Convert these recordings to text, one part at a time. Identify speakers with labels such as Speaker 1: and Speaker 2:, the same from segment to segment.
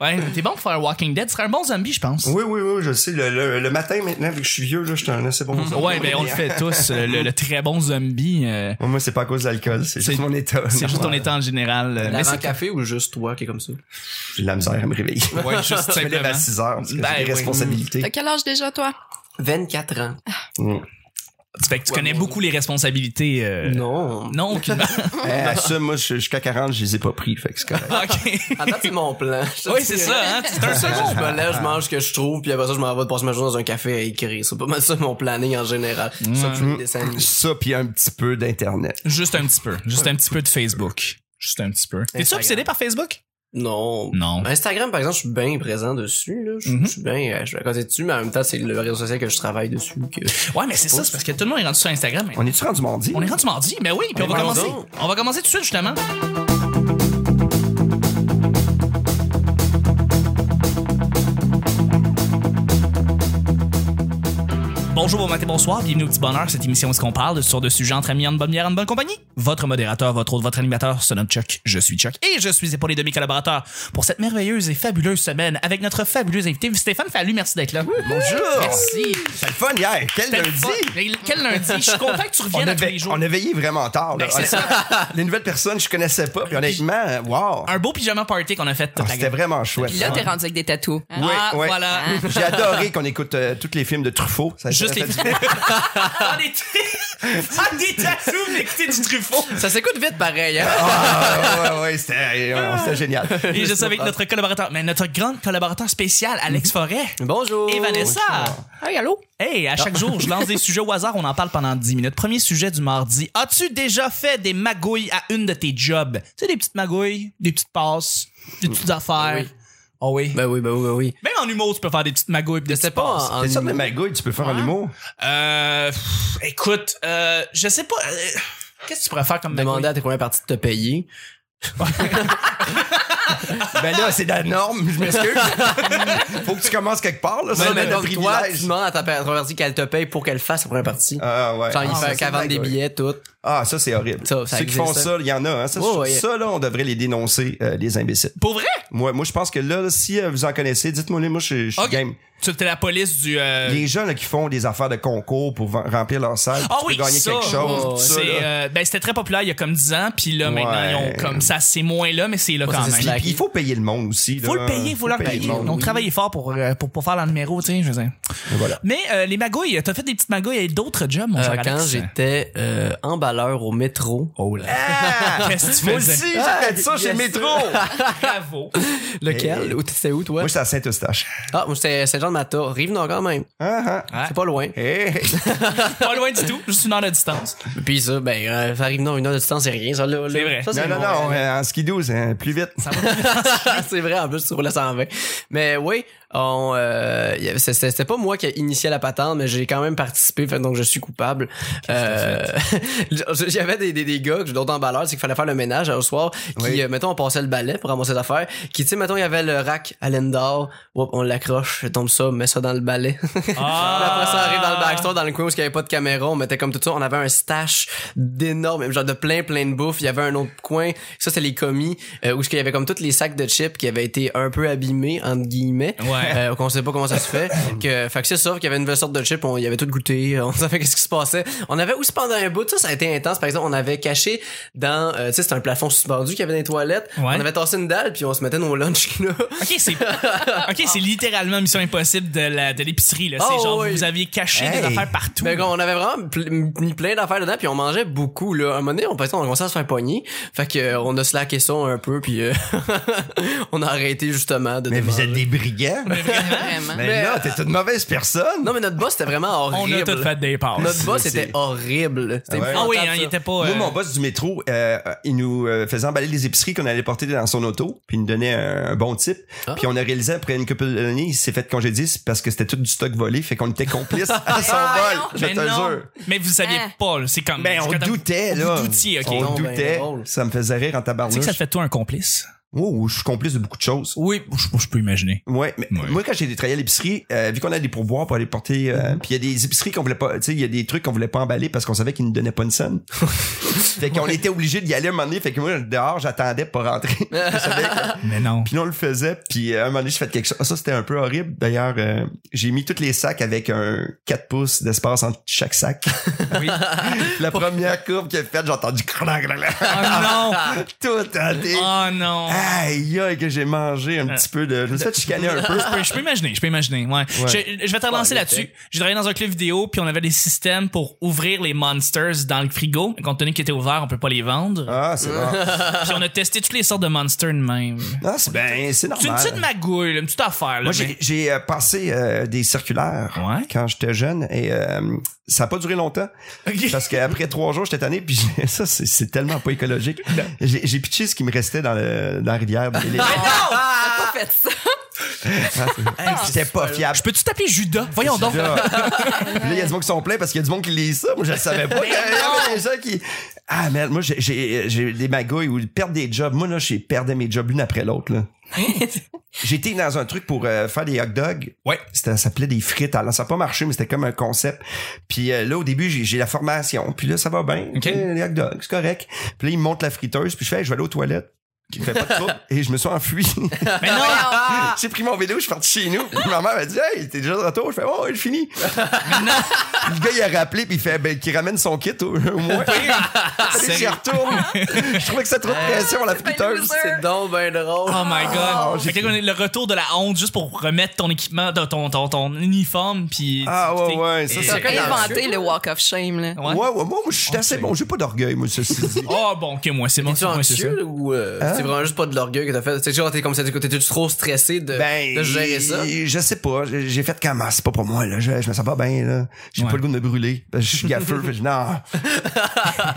Speaker 1: Ouais, mais t'es bon pour faire Walking Dead. Tu serais un bon zombie, je pense.
Speaker 2: Oui, oui, oui, je le sais. Le, le- le matin, maintenant, vu que je suis vieux, là, je suis un assez bon zombie.
Speaker 1: Ouais, ben on le fait tous. euh, Le, le très bon zombie, euh,
Speaker 2: Moi, c'est pas à cause de l'alcool, c'est
Speaker 1: C'est-
Speaker 2: juste mon état.
Speaker 1: c'est juste ton état en général. euh, Mais
Speaker 3: L'avant
Speaker 1: c'est
Speaker 3: café ou juste toi qui est comme ça?
Speaker 2: J'ai de la misère à me réveiller.
Speaker 1: ouais, juste
Speaker 2: Je me lève à
Speaker 1: simplement.
Speaker 2: 6 heures parce que
Speaker 1: Ben
Speaker 2: j'ai des
Speaker 1: oui.
Speaker 2: responsabilités.
Speaker 4: T'as quel âge déjà, toi?
Speaker 3: 24 ans.
Speaker 2: Mm.
Speaker 1: Fait que tu
Speaker 3: Ouais,
Speaker 1: connais
Speaker 3: mon
Speaker 1: beaucoup les responsabilités. euh,
Speaker 3: Non.
Speaker 1: Non, aucunement.
Speaker 2: Eh, à ça, moi, je- jusqu'à 40, je les ai pas pris, fait que c'est correct.
Speaker 1: Ah, ok.
Speaker 3: Attends, c'est mon plan.
Speaker 1: Oui, c'est ça, hein. C'est un second.
Speaker 3: Je me lève, je mange ce que je trouve, puis après ça, je m'en vais passer ma journée dans un café à écrire. C'est pas mal ça mon planning en général. C'est Ça que je fais des dessins animés.
Speaker 2: Ça, puis un petit peu d'Internet.
Speaker 1: Juste un petit peu. Juste un petit peu de Facebook. Juste un petit peu. T'es-tu
Speaker 3: Instagram.
Speaker 1: obsédé par Facebook?
Speaker 3: Non.
Speaker 1: Non. Mm-hmm.
Speaker 3: Instagram, par exemple, je suis bien présent dessus, là. Je je suis bien, euh, je suis à côté dessus, mais en même temps, c'est le réseau social que je travaille dessus. Que...
Speaker 1: Ouais, mais c'est ça, c'est parce que tout le monde est rendu sur Instagram. maintenant.
Speaker 2: On est-tu rendu mardi?
Speaker 1: On est rendu mardi, mais oui, puis on,
Speaker 3: est
Speaker 1: va
Speaker 3: mardi.
Speaker 1: commencer. On va commencer tout de suite justement. Bonjour, bon matin, bonsoir, bienvenue au petit bonheur, cette émission où est-ce qu'on parle sur deux sujets entre amis, en bonne bière, en bonne compagnie. Votre modérateur, votre autre, votre animateur se nomme Chuck, je suis Chuck, et je suis épaulé de mes collaborateurs pour cette merveilleuse et fabuleuse semaine avec notre fabuleuse invité Stéphane Fallu, merci d'être là.
Speaker 2: Bonjour!
Speaker 1: Merci.
Speaker 2: C'était le fun hier! Quel
Speaker 1: Quel
Speaker 2: lundi!
Speaker 1: fun. Mais Quel lundi, je suis content que tu
Speaker 2: On
Speaker 1: reviennes
Speaker 2: a,
Speaker 1: à tous
Speaker 2: ve-
Speaker 1: les jours.
Speaker 2: on a veillé vraiment tard. là.
Speaker 1: Ben, c'est
Speaker 2: les nouvelles personnes, je connaissais pas. Puis honnêtement, euh, wow!
Speaker 1: un beau pyjama party qu'on a fait toute
Speaker 2: Ah,
Speaker 1: la
Speaker 2: C'était
Speaker 1: gang.
Speaker 2: vraiment chouette.
Speaker 4: Puis là, t'es rendu avec des tatous. hein?
Speaker 2: Oui,
Speaker 1: Ah,
Speaker 2: oui.
Speaker 1: voilà.
Speaker 2: J'ai adoré qu'on écoute euh, tous les films de Truffaut. Ça-
Speaker 1: Juste
Speaker 2: ça-
Speaker 1: les
Speaker 2: ça-
Speaker 1: Ah, des ah, des tatous, mais écoutez du Truffaut.
Speaker 3: Ça s'écoute vite pareil, hein?
Speaker 2: Ah, ouais, ouais, c'était euh, c'était génial.
Speaker 1: Et je suis avec notre collaborateur, mais notre grande collaborateur spécial, Alex Forêt.
Speaker 3: Bonjour.
Speaker 1: Et Vanessa!
Speaker 4: Hey, allô?
Speaker 1: Hey, à chaque jour, je lance des sujets au hasard, on en parle pendant 10 minutes. Premier sujet du mardi. As-tu déjà fait des magouilles à une de tes jobs? Tu sais, des petites magouilles, des petites passes, des petites affaires.
Speaker 3: Oui.
Speaker 1: Oh oui.
Speaker 3: Ben oui, ben oui, ben oui.
Speaker 1: Même en humour, tu peux faire des petites magouilles pis des
Speaker 3: Je sais
Speaker 1: petites
Speaker 3: pas
Speaker 1: passes.
Speaker 3: en, en-
Speaker 2: C'est ça de magouille, tu peux faire un humour.
Speaker 1: Euh, pff, écoute, euh, je sais pas. euh, Qu'est-ce que tu pourrais faire comme
Speaker 3: demander
Speaker 1: magouille?
Speaker 3: à tes premières parties de te payer.
Speaker 2: Ben là, c'est la norme, je m'excuse. Faut que tu commences quelque part, là.
Speaker 3: Non,
Speaker 2: c'est
Speaker 1: ben,
Speaker 3: mais
Speaker 2: le
Speaker 3: donc toi,
Speaker 2: privilège.
Speaker 3: tu demandes à ta première partie qu'elle te paye pour qu'elle fasse sa première partie.
Speaker 2: Ah, ouais.
Speaker 3: Genre,
Speaker 2: Ah,
Speaker 3: il
Speaker 2: ça,
Speaker 3: fait
Speaker 2: c'est
Speaker 3: qu'elle vende des
Speaker 2: magouille.
Speaker 3: billets, tout.
Speaker 2: Ah, ça, c'est horrible.
Speaker 3: Ça, ça
Speaker 2: Ceux qui font
Speaker 3: existe,
Speaker 2: ça, il y en a. Hein. Ça,
Speaker 3: Ouais, ouais.
Speaker 2: ça, là, on devrait les dénoncer, euh, les imbéciles.
Speaker 1: Pour vrai?
Speaker 2: Moi, moi je pense que là, si euh, vous en connaissez, dites-moi, les, moi, je je suis
Speaker 1: Ok.
Speaker 2: game.
Speaker 1: Tu t'es la police du. euh,
Speaker 2: Les gens là, qui font des affaires de concours pour ven- remplir leur salle,
Speaker 1: Ah
Speaker 2: tu
Speaker 1: oui,
Speaker 2: peux gagner
Speaker 1: ça.
Speaker 2: quelque chose. tout ça,
Speaker 1: c'est,
Speaker 2: là.
Speaker 1: euh, ben, c'était très populaire il y a comme 10 ans, puis là, maintenant, ils ont
Speaker 2: Ouais.
Speaker 1: comme ça, c'est moins là, mais c'est là
Speaker 3: Ouais,
Speaker 1: quand
Speaker 3: ça, c'est
Speaker 1: même.
Speaker 3: la-
Speaker 2: Puis il faut payer le monde aussi. là.
Speaker 1: Faut le payer, faut, leur
Speaker 2: payer
Speaker 1: payer.
Speaker 2: le monde,
Speaker 1: Donc,
Speaker 2: oui.
Speaker 1: travaillez fort pour, euh, pour, pour faire leur numéro, tu sais, je veux dire.
Speaker 2: Et Voilà.
Speaker 1: Mais euh, les magouilles, t'as fait des petites magouilles et d'autres jobs, mon
Speaker 3: Euh,
Speaker 1: cher
Speaker 3: quand
Speaker 1: Alex.
Speaker 3: j'étais euh, emballeur au métro,
Speaker 1: Oh là.
Speaker 2: Ah!
Speaker 1: Qu'est-ce que tu
Speaker 2: Moi
Speaker 1: faisais?
Speaker 2: aussi, j'ai fait ça chez
Speaker 3: yes.
Speaker 2: Métro!
Speaker 1: Bravo.
Speaker 3: lequel?
Speaker 2: Hey.
Speaker 3: Où t'étais où, toi?
Speaker 2: Moi, j'étais à Saint-Eustache.
Speaker 3: Ah, moi, c'était Saint-Jean-de-Mata. Rive-Nord, quand même.
Speaker 2: Ah, ah.
Speaker 1: Ouais.
Speaker 3: C'est pas loin.
Speaker 2: Hey.
Speaker 1: Pas loin du tout, juste une heure de distance.
Speaker 3: Puis ça, ben, euh, ça arrive, non, une heure de distance, c'est rien, ça, là. là.
Speaker 1: C'est vrai.
Speaker 3: Ça,
Speaker 2: Non, non,
Speaker 3: mon-
Speaker 2: non, euh, en skidoo, c'est euh, plus vite.
Speaker 3: c'est vrai, en plus, sur la 120. Mais oui, on, euh, y avait- c'était c'était pas moi qui a initié la patente, mais j'ai quand même participé, fait, donc je suis coupable. Euh, J'avais des, des, des gars, d'autres emballeurs, c'est qu'il fallait faire le ménage euh, au soir, qui,
Speaker 2: Oui.
Speaker 3: euh, mettons, on passait le balai pour ramasser l'affaire, qui, tu sais, mettons, il y avait le rack à l'endor, Oups, on l'accroche, tombe ça, mets ça dans le balai.
Speaker 1: Ah.
Speaker 3: Après ça, on arrive dans le backstore, dans le coin où il n'y avait pas de caméra, on mettait comme tout ça, on avait un stash d'énormes, genre de plein, plein de bouffe. Il y avait un autre coin, ça c'est les commis, euh, où il y avait comme tous les sacs de chips qui avaient été un peu abîmés, entre guillemets,
Speaker 1: Ouais.
Speaker 3: euh, qu'on sait pas comment ça se fait. que, fait que c'est ça, qu'il y avait une nouvelle sorte de chips, on y avait tout goûté, on savait qu'est-ce qui se passait. On avait aussi pendant un bout, ça, ça a été intense, par exemple, on avait caché dans, euh, tu sais, c'était un plafond suspendu qu'il y avait dans les toilettes,
Speaker 1: Ouais.
Speaker 3: on avait tassé une dalle, puis on se mettait nos lunchs là.
Speaker 1: OK, c'est OK, c'est littéralement Mission Impossible de la de l'épicerie là, c'est
Speaker 3: Oh,
Speaker 1: genre
Speaker 3: oui.
Speaker 1: vous aviez caché
Speaker 2: Hey.
Speaker 1: des affaires partout.
Speaker 3: Mais Ben, on avait vraiment pl- mis plein d'affaires dedans, puis on mangeait beaucoup. Là. À un moment donné, on pensait on commençait à se faire pogner. Fait que euh, on a slacké ça un peu, puis euh, on a arrêté justement de.
Speaker 2: Mais vous
Speaker 3: demander.
Speaker 2: êtes des brigands.
Speaker 4: Vraiment?
Speaker 2: Mais, là, t'es une mauvaise personne.
Speaker 3: Non, mais notre boss c'était vraiment
Speaker 1: On a
Speaker 3: horrible.
Speaker 1: tout fait des passes.
Speaker 3: Notre boss
Speaker 2: C'est-
Speaker 3: était horrible. C'était
Speaker 2: Ah ouais?
Speaker 1: Ah oui,
Speaker 3: épouvantable,
Speaker 1: hein,
Speaker 3: ça.
Speaker 1: il était pas
Speaker 2: Moi,
Speaker 1: euh,
Speaker 2: mon boss du métro, euh, il nous euh, faisait emballer les épiceries qu'on allait porter dans son auto, puis il nous donnait un, un bon type.
Speaker 3: Ah.
Speaker 2: Puis on a réalisé après une couple d'années, il s'est fait congédier c'est parce que c'était tout du stock volé, fait qu'on était complices à son vol. Je
Speaker 1: mais
Speaker 2: te
Speaker 1: non.
Speaker 2: jure.
Speaker 1: Mais vous saviez
Speaker 4: Hein.
Speaker 1: pas, là, c'est comme
Speaker 2: Ben, on
Speaker 1: c'est quand-
Speaker 2: doutait, là.
Speaker 1: Vous doutiez, OK.
Speaker 2: On
Speaker 3: Non, ben,
Speaker 2: doutait.
Speaker 3: drôle.
Speaker 2: ça me faisait rire en
Speaker 1: Tu sais que
Speaker 2: tabarnouche.
Speaker 1: ça te fait toi un complice
Speaker 2: Oh, je suis complice de beaucoup de choses.
Speaker 1: Oui, je, je peux imaginer.
Speaker 2: Ouais, mais
Speaker 1: Ouais.
Speaker 2: moi quand j'ai travaillé à l'épicerie, euh, vu qu'on a des pourboires pour aller porter, euh, puis il y a des épiceries qu'on voulait pas, tu sais, il y a des trucs qu'on voulait pas emballer parce qu'on savait qu'ils nous donnaient pas une scène. fait qu'on était obligé d'y aller un moment donné. Fait que moi dehors j'attendais pour rentrer. Je savais que-
Speaker 1: Mais non.
Speaker 2: puis là, on le faisait, puis euh, un moment donné, j'ai fait quelque chose. Ah, Ça, c'était un peu horrible. D'ailleurs, euh, j'ai mis tous les sacs avec un 4 pouces d'espace entre chaque sac.
Speaker 1: Oui.
Speaker 2: La première courbe qu'il a faite, j'ai entendu clang, clang, clang.
Speaker 1: Oh non!
Speaker 2: tout entier.
Speaker 1: Oh non!
Speaker 2: Aïe, aïe, que j'ai mangé un
Speaker 1: Euh,
Speaker 2: petit peu de. Je me suis fait chicaner un peu.
Speaker 1: Je peux, je peux imaginer, je peux imaginer, ouais. Je, je vais te relancer
Speaker 3: Ouais,
Speaker 1: là-dessus.
Speaker 3: l'effet.
Speaker 1: J'ai travaillé dans un club vidéo, puis on avait des systèmes pour ouvrir les monsters dans le frigo. Compte tenu qu'ils étaient ouverts, on peut pas les vendre.
Speaker 2: Ah, c'est bon.
Speaker 1: Puis on a testé toutes les sortes de monsters de même.
Speaker 2: Ah, c'est ben, c'est
Speaker 1: C'est une
Speaker 2: normal.
Speaker 1: petite magouille, là, une petite affaire. Là, mais-
Speaker 2: Moi, j'ai- j'ai euh, passé euh, des circulaires
Speaker 1: Ouais.
Speaker 2: quand j'étais jeune et euh, ça n'a pas duré longtemps
Speaker 1: Ok.
Speaker 2: parce qu'après trois jours, j'étais tanné puis j'ai- ça, c'est- c'est tellement pas écologique. J'ai j'ai pitché ce qui me restait dans, le, dans la rivière. Et les-
Speaker 4: Ah, pas fait ça.
Speaker 2: Ah, c'est- Hey, C'était pas fiable.
Speaker 1: Je peux-tu t'appeler Judas? Voyons donc.
Speaker 2: Là, Puis là, il y a du monde qui sont pleins parce qu'il y a du monde qui lit ça. Moi, je le savais pas. Il y a des gens qui. Ah, merde, moi, j'ai- j'ai j'ai des magouilles ou perdre des jobs. Moi, là, j'ai perdu mes jobs l'une après l'autre, là. J'étais dans un truc pour euh, faire des hot dogs.
Speaker 1: Ouais.
Speaker 2: C'était- Ça s'appelait des frites. Alors, ça n'a pas marché, mais c'était comme un concept. Puis euh, là, au début, j'ai j'ai la formation. Puis là, ça va bien.
Speaker 1: Ok.
Speaker 2: Euh, Les hot dogs, c'est correct. Puis là, ils me montent la friteuse. Puis je fais, Hey, je vais aller aux toilettes. Qui fait pas de trouble. Et je me suis enfui.
Speaker 1: Mais non!
Speaker 2: j'ai pris mon vélo, je suis parti chez nous. Puis ma mère m'a dit, hey, t'es déjà de retour. Je fais, oh, il finit. le gars, il a rappelé, puis il fait, ben, qu'il ramène son kit au, au moins. Allez, j'y
Speaker 1: Sérieux?
Speaker 2: retourne. je trouvais que c'était trop de pression, la
Speaker 4: c'est pas une
Speaker 2: friteuse.
Speaker 4: loser.
Speaker 3: C'est donc ben drôle.
Speaker 1: Oh my god!
Speaker 2: Oh,
Speaker 1: Fait que là, on est le retour de la honte juste pour remettre ton équipement, ton, ton, ton, ton uniforme, puis.
Speaker 2: Ah, ouais,
Speaker 1: t'es-
Speaker 2: ouais, ça,
Speaker 1: Et-
Speaker 2: c'est-
Speaker 4: J'ai
Speaker 3: Ouais.
Speaker 4: inventé le walk of shame, là.
Speaker 1: Ouais.
Speaker 2: Ouais, ouais, moi, moi, je suis assez bon. J'ai pas d'orgueil, moi, ceci dit.
Speaker 1: Oh bon, ok, moi, c'est bon,
Speaker 3: T'es-tu
Speaker 1: c'est moi, c'est ça.
Speaker 3: anxieux ou euh,
Speaker 2: Hein?
Speaker 3: c'est vraiment juste pas de l'orgueil que t'as fait? C'est genre, t'es comme ça, t'es t'es trop stressé
Speaker 1: Euh,
Speaker 3: de,
Speaker 2: Ben,
Speaker 3: de gérer ça?
Speaker 2: Je sais pas. J'ai j'ai fait comment? C'est pas pour moi, là. Je, je me sens pas bien, là. J'ai
Speaker 1: Ouais.
Speaker 2: pas le goût de me brûler. Parce que Je suis à feu. fait que non.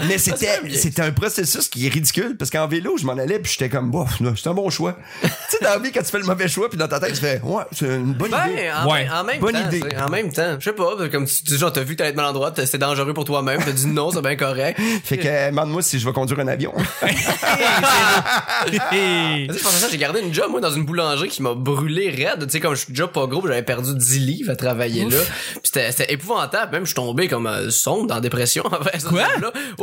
Speaker 2: Mais c'était, c'était un processus qui est ridicule. Parce qu'en vélo, je m'en allais puis j'étais comme, bof, là, c'est un bon choix. tu sais, dans la vie, quand tu fais le mauvais choix puis dans ta tête, tu fais, ouais, c'est une bonne idée.
Speaker 3: Ben, en,
Speaker 1: Ouais.
Speaker 3: en même
Speaker 2: Bonne
Speaker 3: temps.
Speaker 2: idée.
Speaker 3: c'est- En même temps. Je sais pas, comme tu dis, genre, t'as vu que t'allais être mal endroit, t'as- c'était dangereux pour toi-même, t'as dit non, c'est bien correct.
Speaker 2: Fait que, euh, demande-moi si je vais conduire un avion.
Speaker 1: Hey.
Speaker 2: Ah!
Speaker 3: Tu sais, pendant ça, j'ai gardé une job, moi, dans une boulangerie qui m'a brûlé raide. Tu sais, comme je suis déjà pas gros, j'avais perdu 10 livres à travailler là. Puis c'était c'était épouvantable. Même, je suis tombé comme euh, sombre dans la dépression. En fait,
Speaker 1: Quoi?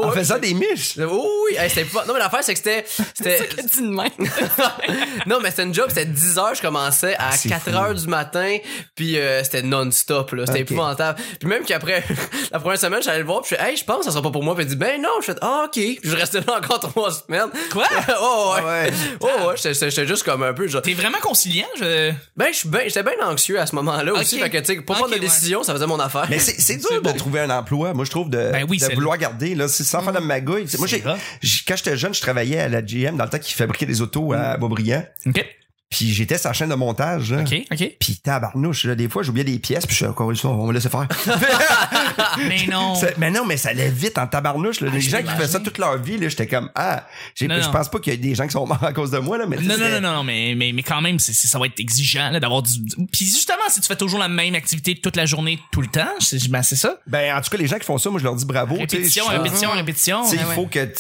Speaker 2: en faisant des miches.
Speaker 3: Oh oui, hey, c'était épouvantable. Non, mais l'affaire, c'est que c'était. c'était-
Speaker 4: Qu'est-ce que tu dis de même?
Speaker 3: non, mais c'était une job, c'était 10 heures, je commençais à
Speaker 2: c'est
Speaker 3: 4
Speaker 2: fou.
Speaker 3: heures du matin, puis euh, c'était non-stop, là. C'était
Speaker 2: Ok.
Speaker 3: épouvantable. Puis même qu'après, la première semaine, j'allais le voir, puis je fais, hey, je pense que ça sera pas pour moi. Puis il dit, ben non, je fais, ah, ok. Puis je restais là encore 3 semaines.
Speaker 1: Quoi?
Speaker 3: oh, ouais.
Speaker 2: Ouais.
Speaker 3: Oh, ouais, j'étais- j'étais j'étais juste comme un peu, genre,
Speaker 1: T'es vraiment conciliant, je.
Speaker 3: ben, je suis ben, j'étais bien anxieux à ce moment-là aussi.
Speaker 1: Ok.
Speaker 3: Fait que, tu sais, pour prendre
Speaker 1: Ok,
Speaker 3: des
Speaker 1: ouais.
Speaker 3: décisions, ça faisait mon affaire.
Speaker 2: Mais c'est, c'est dur
Speaker 1: C'est
Speaker 2: de
Speaker 1: bon.
Speaker 2: trouver un emploi, moi je trouve, de,
Speaker 1: Ben oui,
Speaker 2: de
Speaker 1: c'est- Ah,
Speaker 2: vouloir garder, là, c'est sans faire de magouille. Moi,
Speaker 1: C'est
Speaker 2: j'ai,
Speaker 1: rough.
Speaker 2: j'ai- quand j'étais jeune, je travaillais à la GM dans le temps qu'ils fabriquaient des autos à
Speaker 1: Mm.
Speaker 2: Beaubriand.
Speaker 1: Ok,
Speaker 2: Puis j'étais sa chaîne de montage. là.
Speaker 1: ok, ok.
Speaker 2: Puis tabarnouche, là, des fois, j'oubliais des pièces, puis je suis encore ça, on va laisser faire.
Speaker 1: Ah, Mais non.
Speaker 2: C'est- mais non, mais ça allait vite en tabarnouche. Là. Les
Speaker 1: Ah, je
Speaker 2: gens
Speaker 1: peux
Speaker 2: qui faisaient ça
Speaker 1: imaginer.
Speaker 2: toute leur vie, là, j'étais comme, ah, j'ai-
Speaker 1: Non,
Speaker 2: je
Speaker 1: non.
Speaker 2: pense pas qu'il y a des gens qui sont morts à cause de moi, là, mais
Speaker 1: Non, non, non,
Speaker 2: c'était-
Speaker 1: non, non, mais, mais, mais quand même, c'est, c'est- ça va être exigeant là, d'avoir du... Puis justement, si tu fais toujours la même activité toute la journée, tout le temps, c'est, ben, c'est ça.
Speaker 2: Ben, en tout cas, les gens qui font ça, moi, je leur dis bravo. tu sais,
Speaker 1: Répétition,
Speaker 2: je-
Speaker 1: répétition, répétition. hein.
Speaker 2: tu sais,
Speaker 1: Ouais,
Speaker 2: il
Speaker 1: ouais.
Speaker 2: faut que tu,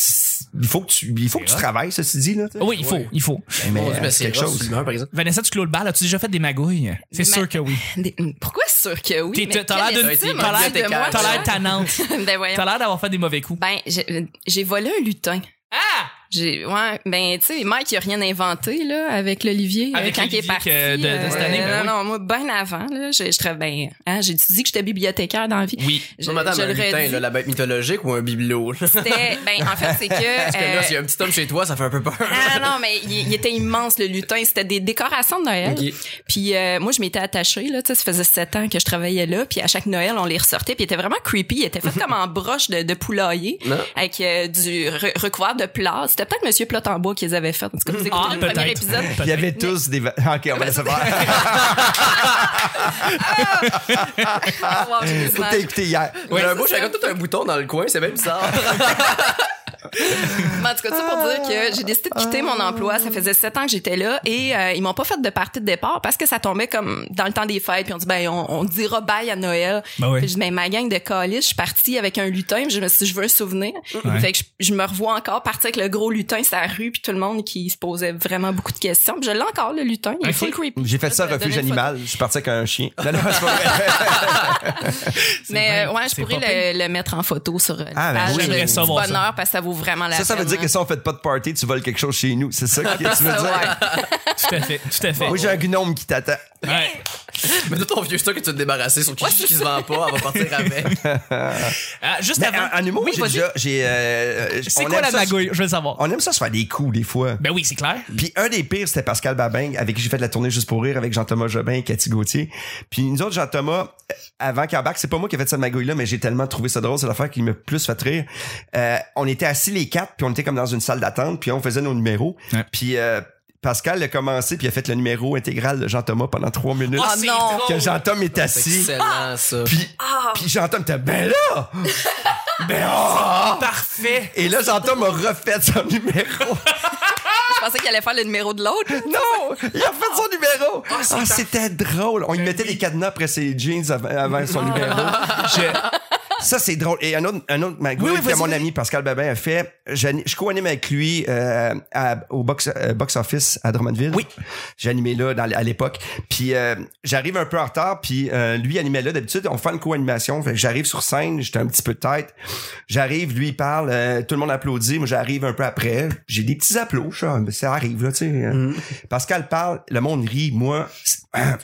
Speaker 2: il faut que tu, il faut que tu travailles, ceci dit, là. tu sais.
Speaker 1: Oui, il faut, il faut.
Speaker 2: Mais,
Speaker 3: Mon Dieu,
Speaker 2: euh,
Speaker 3: ben,
Speaker 2: c'est quelque
Speaker 3: rough,
Speaker 2: chose.
Speaker 3: l'humeur, par exemple.
Speaker 1: Vanessa, tu clôt le bal. As-tu déjà fait des magouilles? C'est
Speaker 4: Des
Speaker 1: sûr
Speaker 4: ma-
Speaker 1: que oui.
Speaker 4: Des- Pourquoi sûr que oui?
Speaker 1: T'es-
Speaker 4: mais
Speaker 1: t'as l'air
Speaker 4: quelle
Speaker 1: d'une-
Speaker 4: estime,
Speaker 1: t'as l'air-
Speaker 4: on dirait de moi,
Speaker 1: T'as l'air
Speaker 4: toi.
Speaker 1: tannante.
Speaker 4: Ben voyons.
Speaker 1: T'as l'air d'avoir fait des mauvais coups.
Speaker 4: Ben, j'ai- j'ai volé un lutin.
Speaker 1: Ah!
Speaker 4: J'ai, ouais, ben, tu sais, Mike, il a rien inventé, là, avec l'Olivier,
Speaker 1: Avec
Speaker 4: euh, quand il
Speaker 1: Olivier
Speaker 4: est parti.
Speaker 1: que de- de
Speaker 4: euh,
Speaker 1: cette année, ben
Speaker 4: non, non, moi, bien avant, là, je, je travaille, ben, hein, j'ai dit que j'étais bibliothécaire dans la vie.
Speaker 1: Oui.
Speaker 4: Je,
Speaker 3: Non, madame,
Speaker 4: je
Speaker 3: un
Speaker 4: le
Speaker 3: lutin,
Speaker 4: redis.
Speaker 3: là, la bête mythologique ou un bibelot? là?
Speaker 4: C'était, ben, en fait, c'est que,
Speaker 3: Parce que là,
Speaker 4: euh,
Speaker 3: s'il y a un petit homme chez toi, ça fait un peu peur.
Speaker 4: ah non, mais il, il était immense, le lutin. C'était des décorations de Noël.
Speaker 3: Ok.
Speaker 4: Puis euh, moi, je m'étais attachée, là, tu sais, ça faisait sept ans que je travaillais là. Puis à chaque Noël, on les ressortait. Puis il était vraiment creepy. Il était fait comme en broche de, de poulailler,
Speaker 3: Non.
Speaker 4: avec euh, du re- recouvert de plâtre. C'était peut-être Monsieur Plot en bois qu'ils avaient fait. En tout
Speaker 3: Mm.
Speaker 4: cas, vous écoutez
Speaker 1: Ah,
Speaker 4: le premier
Speaker 1: peut-être.
Speaker 4: épisode.
Speaker 2: Il y avait tous des. va- Ok, on va laisser faire.
Speaker 4: Ah, wow, j'ai des
Speaker 2: Faut que
Speaker 4: images.
Speaker 2: t'aies écouté hier.
Speaker 4: Ah,
Speaker 3: Ouais,
Speaker 4: c'est
Speaker 3: un bout,
Speaker 4: ça.
Speaker 3: j'avais comme tout un bouton dans le coin, c'est même bizarre.
Speaker 4: Mais en tout cas, ça pour dire que j'ai décidé de quitter mon emploi. Ça faisait sept ans que j'étais là et euh, ils m'ont pas fait de partie de départ parce que ça tombait comme dans le temps des fêtes. Puis on dit, ben, on, on dira bye à Noël.
Speaker 1: Ben oui.
Speaker 4: Puis je dis, ben, ma gang de colis, je suis partie avec un lutin. Puis je me suis dit, je veux un souvenir.
Speaker 1: Ouais.
Speaker 4: Fait que je, je me revois encore partir avec le gros lutin sur la rue. Puis tout le monde qui se posait vraiment beaucoup de questions. Puis je l'ai encore, le lutin. Il est
Speaker 1: Ok.
Speaker 4: full creepy.
Speaker 2: J'ai fait ça au
Speaker 4: Je vais te
Speaker 2: refuge
Speaker 4: donner une
Speaker 2: animal. Je suis parti avec un chien. Non, non, c'est pas vrai.
Speaker 4: Mais
Speaker 1: bien,
Speaker 4: euh, ouais, je
Speaker 1: c'est
Speaker 4: pourrais
Speaker 1: pas pire.
Speaker 4: le, le mettre en photo sur euh,
Speaker 2: Ah,
Speaker 4: la
Speaker 2: ben
Speaker 4: page
Speaker 2: oui.
Speaker 4: euh,
Speaker 1: J'aimerais
Speaker 4: du
Speaker 1: ça voir ça.
Speaker 4: bonheur parce que ça vaut vraiment la
Speaker 2: Ça, ça veut
Speaker 4: peine. hein.
Speaker 2: dire que si on fait pas de party, tu voles quelque chose chez nous. C'est ça que tu veux
Speaker 4: Ça,
Speaker 2: dire?
Speaker 4: ouais.
Speaker 1: Tout à fait, tout à fait.
Speaker 2: Moi, j'ai un gnome qui t'attend.
Speaker 1: Ouais.
Speaker 3: Mais tout ton vieux stock que tu vas te débarrasser sur qui, qui se vend pas, elle va partir avec.
Speaker 1: Ah, juste
Speaker 2: Mais
Speaker 1: avant.
Speaker 2: en, en humour,
Speaker 1: Oui,
Speaker 2: j'ai
Speaker 1: vas-y.
Speaker 2: déjà. j'ai, euh,
Speaker 1: C'est
Speaker 2: on
Speaker 1: quoi
Speaker 2: aime
Speaker 1: la
Speaker 2: ça-
Speaker 1: magouille? Je veux le savoir.
Speaker 2: On aime ça se faire des coups, des fois.
Speaker 1: Ben oui, c'est clair.
Speaker 2: Puis un des pires, c'était Pascal Babin, avec qui j'ai fait de la tournée juste pour rire avec Jean-Thomas Jobin et Cathy Gauthier. Puis nous autres, Jean-Thomas, euh, avant qu'il embarque, c'est pas moi qui ai fait cette magouille-là, mais j'ai tellement trouvé ça drôle, c'est l'affaire qui m'a plus fait rire. Euh, on était assis les quatre, puis on était comme dans une salle d'attente, puis on faisait nos numéros.
Speaker 1: Ouais.
Speaker 2: Puis euh, Pascal a commencé, puis il a fait le numéro intégral de Jean-Thomas pendant trois minutes.
Speaker 4: Ah,
Speaker 1: c'est
Speaker 4: non.
Speaker 1: drôle.
Speaker 2: que Jean-Thomas est
Speaker 3: C'est
Speaker 2: assis,
Speaker 3: excellent, ça.
Speaker 2: puis, puis Jean-Thomas était « Ben là! ben
Speaker 1: Oh.
Speaker 2: ah!
Speaker 1: Parfait.
Speaker 2: Et là, Jean-Thomas a refait son numéro.
Speaker 4: Je pensais qu'il allait faire le numéro de l'autre.
Speaker 2: Non! Il a fait son numéro! Ah, c'était drôle! On lui mettait des cadenas après ses jeans av- avant, son numéro. Je- Ça, c'est drôle. Et un autre, un autre magouille
Speaker 1: Oui, oui,
Speaker 2: que
Speaker 1: vas-y,
Speaker 2: mon
Speaker 1: vas-y.
Speaker 2: ami Pascal Babin a fait, j'ani- je co-anime avec lui euh, à- au box, euh, box office à Drummondville.
Speaker 1: Oui.
Speaker 2: J'animais là dans l- à l'époque. Puis euh, j'arrive un peu en retard, puis euh, lui animait là. D'habitude, on fait une co-animation. Fait que J'arrive sur scène, j'étais un petit peu de tête. J'arrive, lui, il parle, euh, tout le monde applaudit. Moi, j'arrive un peu après. J'ai des petits applaudissements. je suis, ah, mais Ça arrive, là, tu sais. hein.
Speaker 1: Mm.
Speaker 2: Pascal parle, le monde rit, moi... c'est- hein,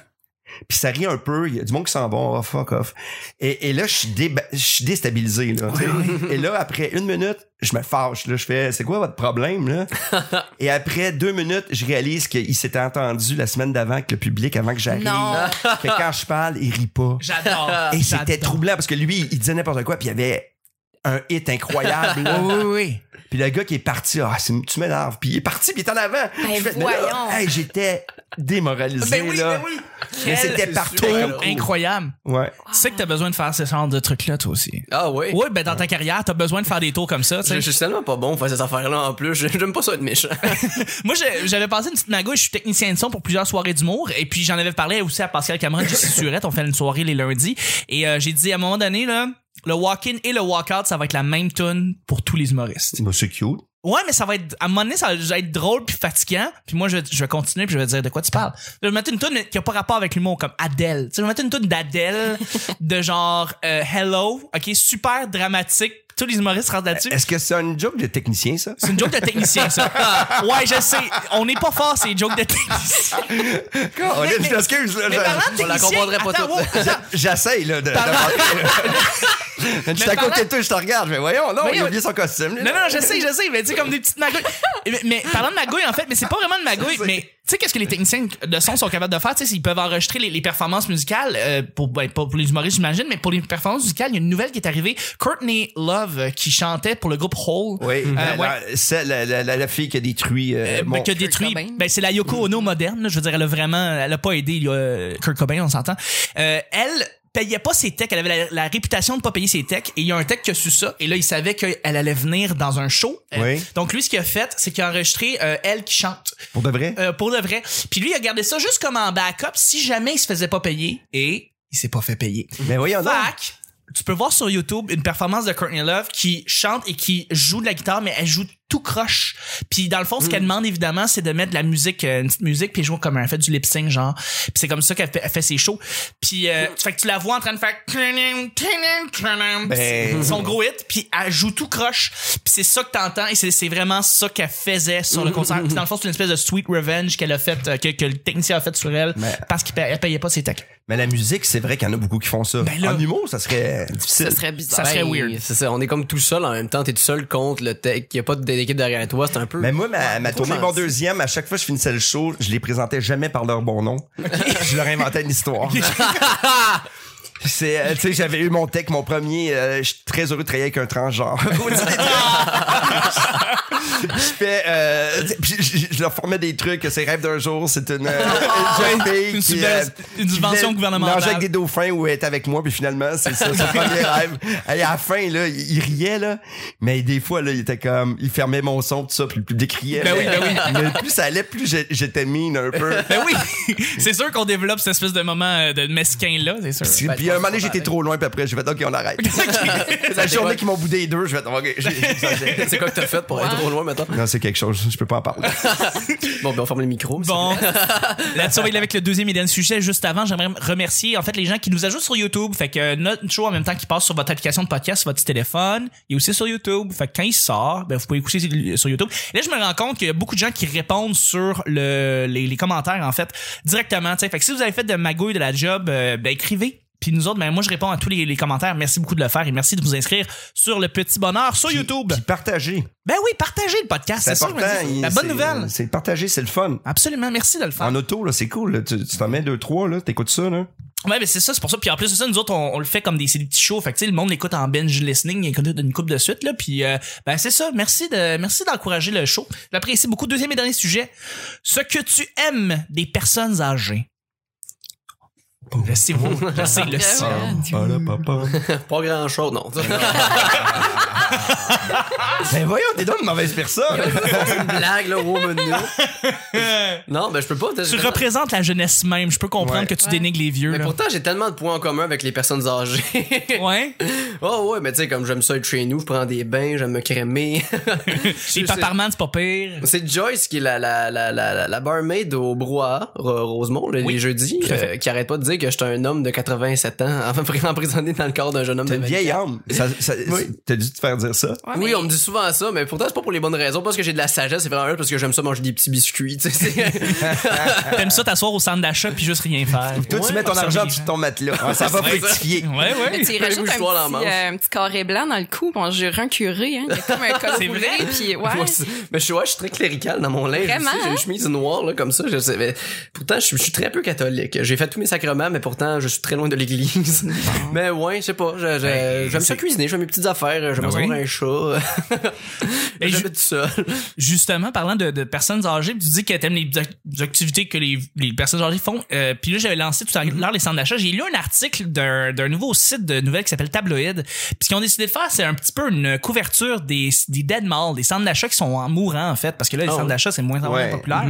Speaker 2: Puis ça rit un peu, il y a du monde qui s'en va, oh, fuck off. Et, et là, je suis déba- je suis déstabilisé. Là, tu sais. et là, après une minute, je me fâche. Là, je fais, c'est quoi votre problème? Là? et après deux minutes, je réalise qu'il s'était entendu la semaine d'avant avec le public, avant que j'arrive.
Speaker 4: Non.
Speaker 2: que quand je parle, il rit pas.
Speaker 1: J'adore.
Speaker 2: Et c'était
Speaker 1: J'adore.
Speaker 2: troublant parce que lui, il disait n'importe quoi, puis il y avait un hit incroyable. là.
Speaker 1: Oui, oui,
Speaker 2: Puis le gars qui est parti, ah, c'est- tu m'énerves. Puis il est parti, puis il est en avant.
Speaker 4: Ben
Speaker 2: Je fais, mais là,
Speaker 4: voyons.
Speaker 2: hey, j'étais démoralisé.
Speaker 1: Ben oui,
Speaker 2: là.
Speaker 1: ben oui.
Speaker 2: Mais
Speaker 1: Quel-
Speaker 2: c'était
Speaker 3: c'est
Speaker 2: partout.
Speaker 3: super
Speaker 1: oui. Incroyable.
Speaker 2: Ouais.
Speaker 1: Tu sais que t'as besoin de faire ce genre de trucs-là, toi aussi.
Speaker 3: Ah oui.
Speaker 1: Oui, ben dans ta carrière, t'as besoin de faire des tours comme ça. tu sais.
Speaker 3: Je, je suis tellement pas bon pour faire ces affaires-là en plus. Je- J'aime pas ça être méchant.
Speaker 1: Moi, j'ai- j'avais passé une petite magouille. Je suis technicien de son pour plusieurs soirées d'humour. Et puis, j'en avais parlé aussi à Pascal Cameron, Jessie Surette. On fait une soirée les lundis. Et euh, j'ai dit, à un moment donné, là, le walk-in et le walk-out, ça va être la même tune pour tous les humoristes.
Speaker 2: Bah, c'est cute.
Speaker 1: Ouais, mais ça va être, à un moment donné, ça va être drôle puis fatigant. Puis moi, je, vais- je vais continuer puis je vais dire de quoi tu parles. Je vais mettre une tune qui a pas rapport avec l'humour, comme Adèle. Tu sais, je vais mettre une tune d'Adèle, de genre euh, Hello, ok, super dramatique. Tous les humoristes rentrent là-dessus.
Speaker 2: Est-ce que c'est un job de technicien, ça?
Speaker 1: C'est une joke de technicien, ça. Ouais, je sais. On n'est pas fort, c'est une joke de technicien.
Speaker 2: Oh,
Speaker 1: mais-
Speaker 2: je m'excuse, là,
Speaker 1: Mais
Speaker 2: je-
Speaker 1: parlant de
Speaker 3: On la
Speaker 1: technicien,
Speaker 3: comprendrait pas
Speaker 1: attends,
Speaker 3: toute.
Speaker 1: wow, attends.
Speaker 2: J'essaye, là, de. de- Je suis à
Speaker 1: parlant-
Speaker 2: côté de toi, je te regarde. Mais voyons, non,
Speaker 1: Mais
Speaker 2: il a
Speaker 1: oui.
Speaker 2: oublié son costume. lui.
Speaker 1: Non, non, je sais, je sais, mais tu sais, comme des petites magouilles. Mais, mais parlant de magouille, en fait, mais c'est pas vraiment de magouille,
Speaker 2: Je sais.
Speaker 1: mais tu sais, qu'est-ce que les techniciens de son sont capables de faire? Tu sais, ils peuvent enregistrer les, les performances musicales, euh, pour, ben, pas pour les humoristes, j'imagine, mais pour les performances musicales, il y a une nouvelle qui est arrivée. Courtney Love, euh, qui chantait pour le groupe Hole.
Speaker 2: Oui,
Speaker 1: Euh,
Speaker 2: la-
Speaker 1: ouais.
Speaker 2: la- c'est la, la, la- la fille qui a détruit. euh,
Speaker 1: Euh,
Speaker 2: mon-
Speaker 1: que détruit.
Speaker 4: Cobain.
Speaker 1: Ben, c'est la Yoko Ono moderne. là. Je veux dire, elle a vraiment, elle a pas aidé là, Kurt Cobain, on s'entend. Euh, elle payait pas ses techs. Elle avait la, la réputation de pas payer ses techs. Et il y a un tech qui a su ça. Et là, il savait qu'elle allait venir dans un show. Euh,
Speaker 2: Oui.
Speaker 1: donc lui, ce qu'il a fait, c'est qu'il a enregistré euh, elle qui chante.
Speaker 2: Pour de vrai?
Speaker 1: Euh, pour de vrai. Puis lui, il a gardé ça juste comme en backup si jamais il se faisait pas payer. Et il s'est pas fait payer.
Speaker 2: Mais voyons, non.
Speaker 1: Fac, tu peux voir sur YouTube une performance de Courtney Love qui chante et qui joue de la guitare, mais elle joue tout croche. Puis dans le fond, ce qu'elle demande évidemment, c'est de mettre de la musique, euh, une petite musique, puis elle joue comme elle fait du lip sync genre. Puis c'est comme ça qu'elle fait, elle fait ses shows. Puis euh, fait que tu la vois en train de faire
Speaker 2: Ben.
Speaker 1: son gros hit, puis elle joue tout croche. Puis c'est ça que t'entends et c'est c'est vraiment ça qu'elle faisait sur le concert. Puis dans le fond, c'est une espèce de sweet revenge qu'elle a fait, euh, que, que le technicien a fait sur elle
Speaker 2: Mais-
Speaker 1: parce qu'il payait, elle payait pas ses techs.
Speaker 2: Mais la musique, c'est vrai qu'il y en a beaucoup qui font ça.
Speaker 1: Ben là-
Speaker 2: en humour, ça serait difficile.
Speaker 4: Ce serait bizarre.
Speaker 1: Ça serait weird.
Speaker 3: Ben, C'est ça, on est comme tout seul en même temps. T'es tout seul contre le tech. Y a pas d'équipe derrière toi. C'est un peu.
Speaker 2: Mais moi, ma, ma
Speaker 3: trop
Speaker 2: tournée mon
Speaker 3: gentil.
Speaker 2: deuxième, à chaque fois que je finissais le show, je les présentais jamais par leur bon nom. je leur inventais une histoire. C'est, euh, tu sais, j'avais eu mon tech, mon premier. euh, je suis très heureux de travailler avec un transgenre. Au début. je fais, euh, puis je, je leur formais des trucs, que c'est rêve d'un jour, c'est une, euh, une jeune fille
Speaker 1: Une
Speaker 2: qui,
Speaker 1: subven- une subvention
Speaker 2: qui venait
Speaker 1: gouvernementale.
Speaker 2: nager avec des dauphins ou être avec moi, puis finalement, c'est ça, son premier rêve. Et à la fin, là, il, il riait, là, mais des fois, là, il était comme, il fermait mon son, tout ça, puis le public riait.
Speaker 1: Ben
Speaker 2: mais,
Speaker 1: oui, ben
Speaker 2: mais plus ça allait, plus j'ai- j'étais mine un peu.
Speaker 1: Ben oui, c'est sûr qu'on développe cette espèce de moment euh, de mesquin là, c'est sûr.
Speaker 2: Puis,
Speaker 3: Ben,
Speaker 2: puis
Speaker 3: je
Speaker 2: à un
Speaker 3: pense
Speaker 2: moment donné,
Speaker 3: qu'on
Speaker 2: j'étais
Speaker 3: va
Speaker 2: trop loin, puis après, j'ai fait, OK, on arrête.
Speaker 1: Ok.
Speaker 2: La journée qu'ils m'ont boudé les deux, je vais OK, j'ai- j'ai exagéré.
Speaker 3: C'est quoi que t'as fait pour aller trop loin maintenant?
Speaker 2: Non, c'est quelque chose, je peux pas en parler.
Speaker 3: Bon, ben on ferme les micros. mais
Speaker 1: Bon, là-dessus, on va y aller avec le deuxième et dernier sujet. Juste avant, j'aimerais remercier en fait les gens qui nous ajoutent sur YouTube. Fait que euh, notre show, en même temps qu'il passe sur votre application de podcast, sur votre petit téléphone, il est aussi sur YouTube. Fait que quand il sort, ben, vous pouvez écouter sur YouTube. Et là, je me rends compte qu'il y a beaucoup de gens qui répondent sur le, les, les commentaires, en fait, directement. tu sais. Fait que si vous avez fait de magouille de la job, euh, ben, écrivez. Puis nous autres, ben, moi, je réponds à tous les, les commentaires. Merci beaucoup de le faire et merci de vous inscrire sur le petit bonheur sur YouTube.
Speaker 2: Puis partager.
Speaker 1: Ben oui, partagez le podcast.
Speaker 2: C'est
Speaker 1: C'est ça, je me
Speaker 2: important.
Speaker 1: dis.
Speaker 2: il-
Speaker 1: La bonne
Speaker 2: c'est- Ah.
Speaker 1: nouvelle.
Speaker 2: C'est partager, c'est le fun.
Speaker 1: Absolument, merci de le faire.
Speaker 2: En auto, là, c'est cool. là. Tu tu t'en mets deux, trois, là, t'écoutes ça, là.
Speaker 1: Ouais, mais c'est ça, c'est pour ça. Puis en plus de ça, nous autres, on, on le fait comme des, c'est des petits shows. Fait que, tu sais, le monde l'écoute en binge listening, il écoute une coupe de suite, là. Puis, euh, ben, c'est ça. Merci de, merci d'encourager le show. J'apprécie beaucoup. Deuxième et dernier sujet. Ce que tu aimes des personnes âgées. Je sais, vous. Je sais, le
Speaker 4: Ah ouais.
Speaker 2: Pam, pala, pam, pam.
Speaker 3: c'est Pas grand chose, non.
Speaker 2: Ben voyons, t'es donc une mauvaise personne.
Speaker 3: C'est une blague, là, woman. là. Non, ben je peux pas. t'as-
Speaker 1: Tu Euh, représentes la jeunesse même. Je peux comprendre
Speaker 2: Ouais.
Speaker 1: que tu
Speaker 4: Ouais.
Speaker 1: dénigres les vieux,
Speaker 3: Mais
Speaker 1: là.
Speaker 3: pourtant, j'ai tellement de points en commun avec les personnes âgées.
Speaker 1: Ouais.
Speaker 3: oh ouais, mais tu sais, comme j'aime ça être chez nous, je prends des bains, j'aime me crémer.
Speaker 1: Les paparmans, c'est pas pire.
Speaker 3: C'est Joyce qui est la, la, la, la, la- la barmaid au Brouhaha, Ro- Rosemont, le-
Speaker 1: Oui,
Speaker 3: les jeudis,
Speaker 1: tout à fait.
Speaker 3: euh, qui arrête pas de dire que j'étais un homme de 87 ans, enfin, emprisonné dans le corps d'un jeune homme de
Speaker 2: T'es une
Speaker 3: 24.
Speaker 2: vieille âme. Ça- ça-
Speaker 3: Oui.
Speaker 2: T'as dû te faire dire ça.
Speaker 4: Ouais,
Speaker 3: Oui,
Speaker 4: mais-
Speaker 3: on me dit souvent ça, mais pourtant, c'est pas pour les bonnes raisons. Parce que j'ai de la sagesse, c'est vraiment parce que j'aime ça manger des petits biscuits, tu sais. c'est-
Speaker 1: T'aimes ça t'asseoir au centre d'achat puis juste rien faire.
Speaker 2: Toi, tu
Speaker 1: Ouais,
Speaker 2: mets ton
Speaker 1: observer
Speaker 2: argent
Speaker 1: les
Speaker 2: sur
Speaker 1: gens.
Speaker 2: ton matelas. Ah, ça va
Speaker 1: Ouais,
Speaker 2: fructifier.
Speaker 1: Ouais, ouais.
Speaker 4: Mais tu y
Speaker 3: Un
Speaker 4: rajoutes un,
Speaker 3: mouchoir dans la
Speaker 4: petit,
Speaker 3: manche.
Speaker 4: euh, un petit carré blanc dans le cou. Bon, j'ai un curé, hein. Il y a comme un col
Speaker 1: C'est
Speaker 4: roulé,
Speaker 1: vrai?
Speaker 4: puis ouais.
Speaker 3: Moi aussi. mais je suis, ouais, je suis très clérical dans mon linge.
Speaker 4: Vraiment,
Speaker 3: aussi. J'ai
Speaker 4: hein?
Speaker 3: une chemise noire, là, comme ça. Je sais, mais pourtant, je suis, je suis très peu catholique. J'ai fait tous mes sacrements, mais pourtant, je suis très loin de l'église. mais ouais, je sais pas. je- je-
Speaker 1: Ben,
Speaker 3: j'aime
Speaker 1: c'est-
Speaker 3: ça cuisiner, je fais mes petites affaires, je
Speaker 1: Ben
Speaker 3: me
Speaker 1: oui.
Speaker 3: un chat.
Speaker 1: Ben,
Speaker 3: Mais
Speaker 1: je-
Speaker 3: j'habite tout seul.
Speaker 1: justement, parlant de, de personnes âgées, puis tu dis que t'aimes les, ac- les activités que les, les personnes âgées font. Euh, puis là, j'avais lancé tout à l'heure les centres d'achat. J'ai lu un article d'un d'un nouveau site de nouvelles qui s'appelle Tabloïd. Puis ce qu'ils ont décidé de faire, c'est un petit peu une couverture des, des dead malls, des centres d'achat qui sont en mourant, en fait. Parce que là, les
Speaker 3: Ah
Speaker 1: centres
Speaker 3: oui.
Speaker 1: d'achat, c'est moins en moins
Speaker 2: Ouais.
Speaker 1: populaire.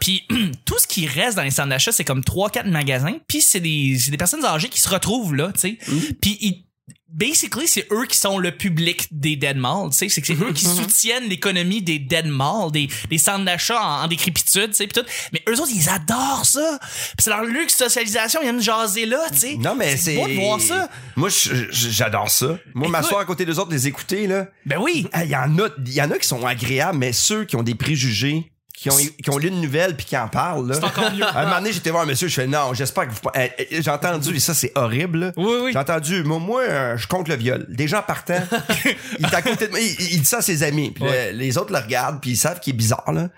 Speaker 1: Puis tout ce qui reste dans les centres d'achat, c'est comme trois quatre magasins. Puis c'est des, c'est des personnes âgées qui se retrouvent là, tu sais. Puis ils- Basically, c'est eux qui sont le public des dead malls, tu sais, c'est que
Speaker 2: Mm-hmm.
Speaker 1: c'est eux qui soutiennent l'économie des dead malls, des, des centres d'achat en, en décrépitude, tu sais, pis tout. Mais eux autres, ils adorent ça. Puis c'est leur luxe de socialisation, ils aiment jaser là, tu sais.
Speaker 2: Non, mais c'est.
Speaker 1: beau de voir ça.
Speaker 2: Moi, je- je- j'adore ça. Moi,
Speaker 1: Écoute.
Speaker 2: m'asseoir à côté des autres, les écouter, là.
Speaker 1: Ben oui.
Speaker 2: Ah, Il y, en a, il y en a qui sont agréables, mais ceux qui ont des préjugés, qui ont, qui ont lu une nouvelle puis qui en parlent. là.
Speaker 1: C'est encore mieux.
Speaker 2: À un moment donné, j'étais voir un monsieur, je fais non, j'espère que vous. Eh, eh, J'ai entendu, et ça c'est horrible. là.
Speaker 1: Oui, oui.
Speaker 2: J'ai entendu, moi, moi euh, je compte le viol. Des gens partant, il est à côté de moi, il, il dit ça à ses amis. Puis
Speaker 1: Ouais.
Speaker 2: le- les autres le regardent, puis ils savent qu'il est bizarre. Là.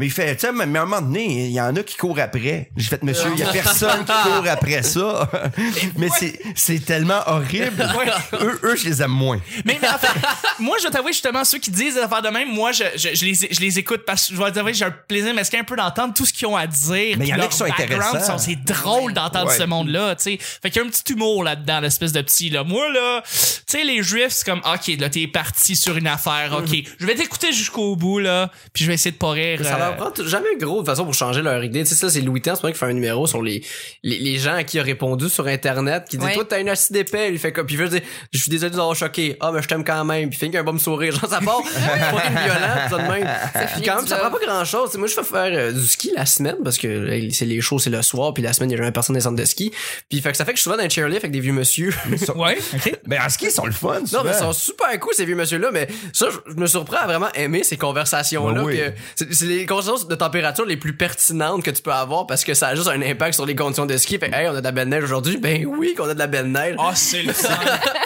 Speaker 2: mais il fait, tu sais, mais mais à un moment donné, il y en a qui courent après. J'ai fait, monsieur,
Speaker 1: Ah.
Speaker 2: il y a personne qui court après ça. mais c'est- c'est tellement horrible. eux, eux, je les aime moins.
Speaker 1: Mais, mais en fait, moi, je vais t'avouer justement, ceux qui disent des affaires de même, moi, je, je, je les, je les écoute parce que je vais t'avouer, j'ai un plaisir mesquin un peu d'entendre tout ce qu'ils ont à dire.
Speaker 2: Mais il y en a
Speaker 1: Leur
Speaker 2: qui sont
Speaker 1: background, sont-
Speaker 2: intéressants.
Speaker 1: C'est drôle d'entendre
Speaker 2: Ouais.
Speaker 1: ce monde-là, tu sais. Fait qu'il y a un petit humour là-dedans, l'espèce de petit, là. Moi, là, tu sais, les juifs, c'est comme, OK, là, t'es parti sur une affaire, OK. Je vais t'écouter jusqu'au bout, là, puis je vais essayer de pas rire.
Speaker 3: Ça
Speaker 1: euh,
Speaker 3: leur prend t- jamais un gros de façon pour changer leur idée. Tu sais, ça, c'est Louis Tan, c'est moi qui fait un numéro sur les, les, les gens à qui a répondu sur Internet, qui dit,
Speaker 4: Ouais.
Speaker 3: toi, t'as une acide d'épais. Il fait comme, puis je dis, je suis désolé de l'avoir choqué. Ah, mais je t'aime quand même. Puis finit qu'un bon sourire. Genre, ça part. pas violent, ça de même. Puis
Speaker 4: fini
Speaker 3: Euh, quand même,
Speaker 4: du
Speaker 3: ça prend
Speaker 4: job.
Speaker 3: pas grand chose. Moi, je fais faire euh, du ski la semaine parce que euh, c'est les shows, c'est le soir. Puis la semaine, il y a jamais personne dans les centres de ski. Puis fait que ça fait que je suis souvent dans un chairlift avec des vieux monsieur.
Speaker 1: Ouais, OK.
Speaker 2: Mais en Ben, ski, ils sont le fun.
Speaker 3: Non,
Speaker 2: souvent.
Speaker 3: mais ils sont super cool, ces vieux monsieur-là, mais ça, je, je me surprends à vraiment aimer ces conversations-là.
Speaker 2: Ben oui.
Speaker 3: que C'est c'est les conversations de température les plus pertinentes que tu peux avoir parce que ça a juste un impact sur les conditions de ski. Fait, hey, on a de la belle neige aujourd'hui. Ben oui qu'on a de la belle neige.
Speaker 1: Ah, c'est le fun.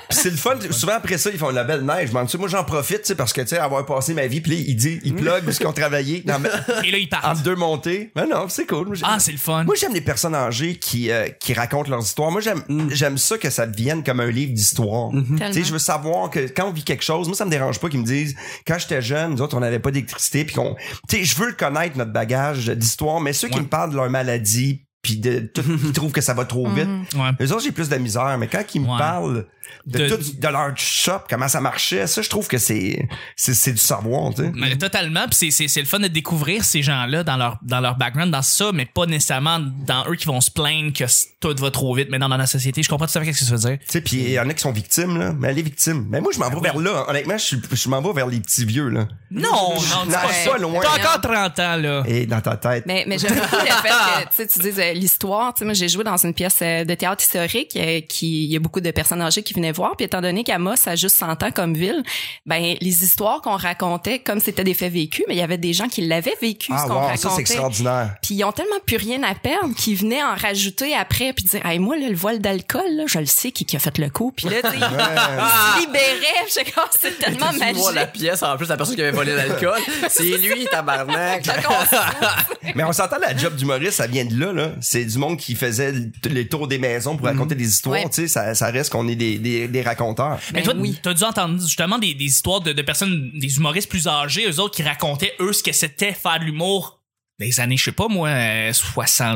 Speaker 2: Puis c'est le fun. Souvent après ça, ils font la belle neige. Man, tu sais, moi, j'en profite, tu sais, parce que, tu sais, avoir passé ma vie, puis là, ils disent, ils pluguent ce qu'ils ont travaillé dans,
Speaker 1: Et là, ils partent.
Speaker 2: entre deux montées. Mais non, c'est cool. Moi, j'ai-
Speaker 1: Ah, c'est le fun.
Speaker 2: Moi, j'aime les personnes âgées qui, euh, qui racontent leurs histoires. Moi, j'aime, j'aime ça que ça devienne comme un livre d'histoire. Tu sais, je veux savoir que quand on vit quelque chose, moi, ça me dérange pas qu'ils me disent, quand j'étais jeune, nous autres, on n'avait pas d'électricité, puis qu'on, tu sais, je veux connaître notre bagage d'histoire, mais ceux qui
Speaker 1: Ouais.
Speaker 2: me parlent de leur maladie, puis de tout, qui trouvent que ça va trop vite.
Speaker 1: Ouais.
Speaker 2: Les autres, j'ai plus de misère, mais quand ils me
Speaker 1: Ouais.
Speaker 2: parlent de,
Speaker 1: De-
Speaker 2: tout, de leur shop, comment ça marchait, ça, je trouve que c'est, c'est, c'est du savoir, tu sais.
Speaker 1: Mais totalement, puis c'est- c'est c'est le fun de découvrir ces gens-là dans leur dans leur background, dans ça, mais pas nécessairement dans eux qui vont se plaindre que c- tout va trop vite. Mais non, dans la société, je comprends tout à fait qu'est-ce que ça veut dire.
Speaker 2: Tu sais, puis il y en a qui sont victimes, là. Mais les victimes. Mais moi, je m'en vais vers là. Honnêtement, je, suis- je m'en vais vers les petits vieux, là.
Speaker 1: Non, non, c'est
Speaker 2: Non,
Speaker 1: pas
Speaker 2: c'est
Speaker 1: ça.
Speaker 2: pas loin.
Speaker 1: T'as encore 30 ans là.
Speaker 2: Et dans ta tête.
Speaker 4: Mais, mais j'aime beaucoup le fait que tu sais, tu dises euh, l'histoire. Tu sais, moi, j'ai joué dans une pièce euh, de théâtre historique euh, qui il y a beaucoup de personnes âgées qui venaient voir. Puis étant donné qu'Amos a juste 100 ans comme ville, ben les histoires qu'on racontait comme c'était des faits vécus, mais il y avait des gens qui l'avaient vécu
Speaker 2: ah,
Speaker 4: ce qu'on
Speaker 2: wow,
Speaker 4: racontait.
Speaker 2: ça, c'est extraordinaire.
Speaker 4: Puis ils ont tellement plus rien à perdre qu'ils venaient en rajouter après puis dire hey, moi là, le voile d'alcool là, je le sais qui, qui a fait le coup puis là tu sais, ils
Speaker 2: Ah.
Speaker 4: se libéraient, je sais pas, c'est tellement
Speaker 3: Tu vois la
Speaker 4: magique.
Speaker 3: pièce, en plus, la personne qui avait volé l'alcool, c'est lui, tabarnak.
Speaker 2: Mais on s'entend, la job d'humoriste, ça vient de là, là. C'est du monde qui faisait le- les tours des maisons
Speaker 1: Mm.
Speaker 2: pour raconter des histoires,
Speaker 4: Ouais.
Speaker 2: tu sais. Ça, ça reste qu'on est des, des, des raconteurs.
Speaker 1: Mais
Speaker 4: Ben
Speaker 1: toi,
Speaker 4: oui.
Speaker 1: t'as dû entendre justement des, des histoires de, de personnes, des humoristes plus âgés, eux autres qui racontaient eux ce que c'était faire de l'humour des années, je sais pas moi, euh,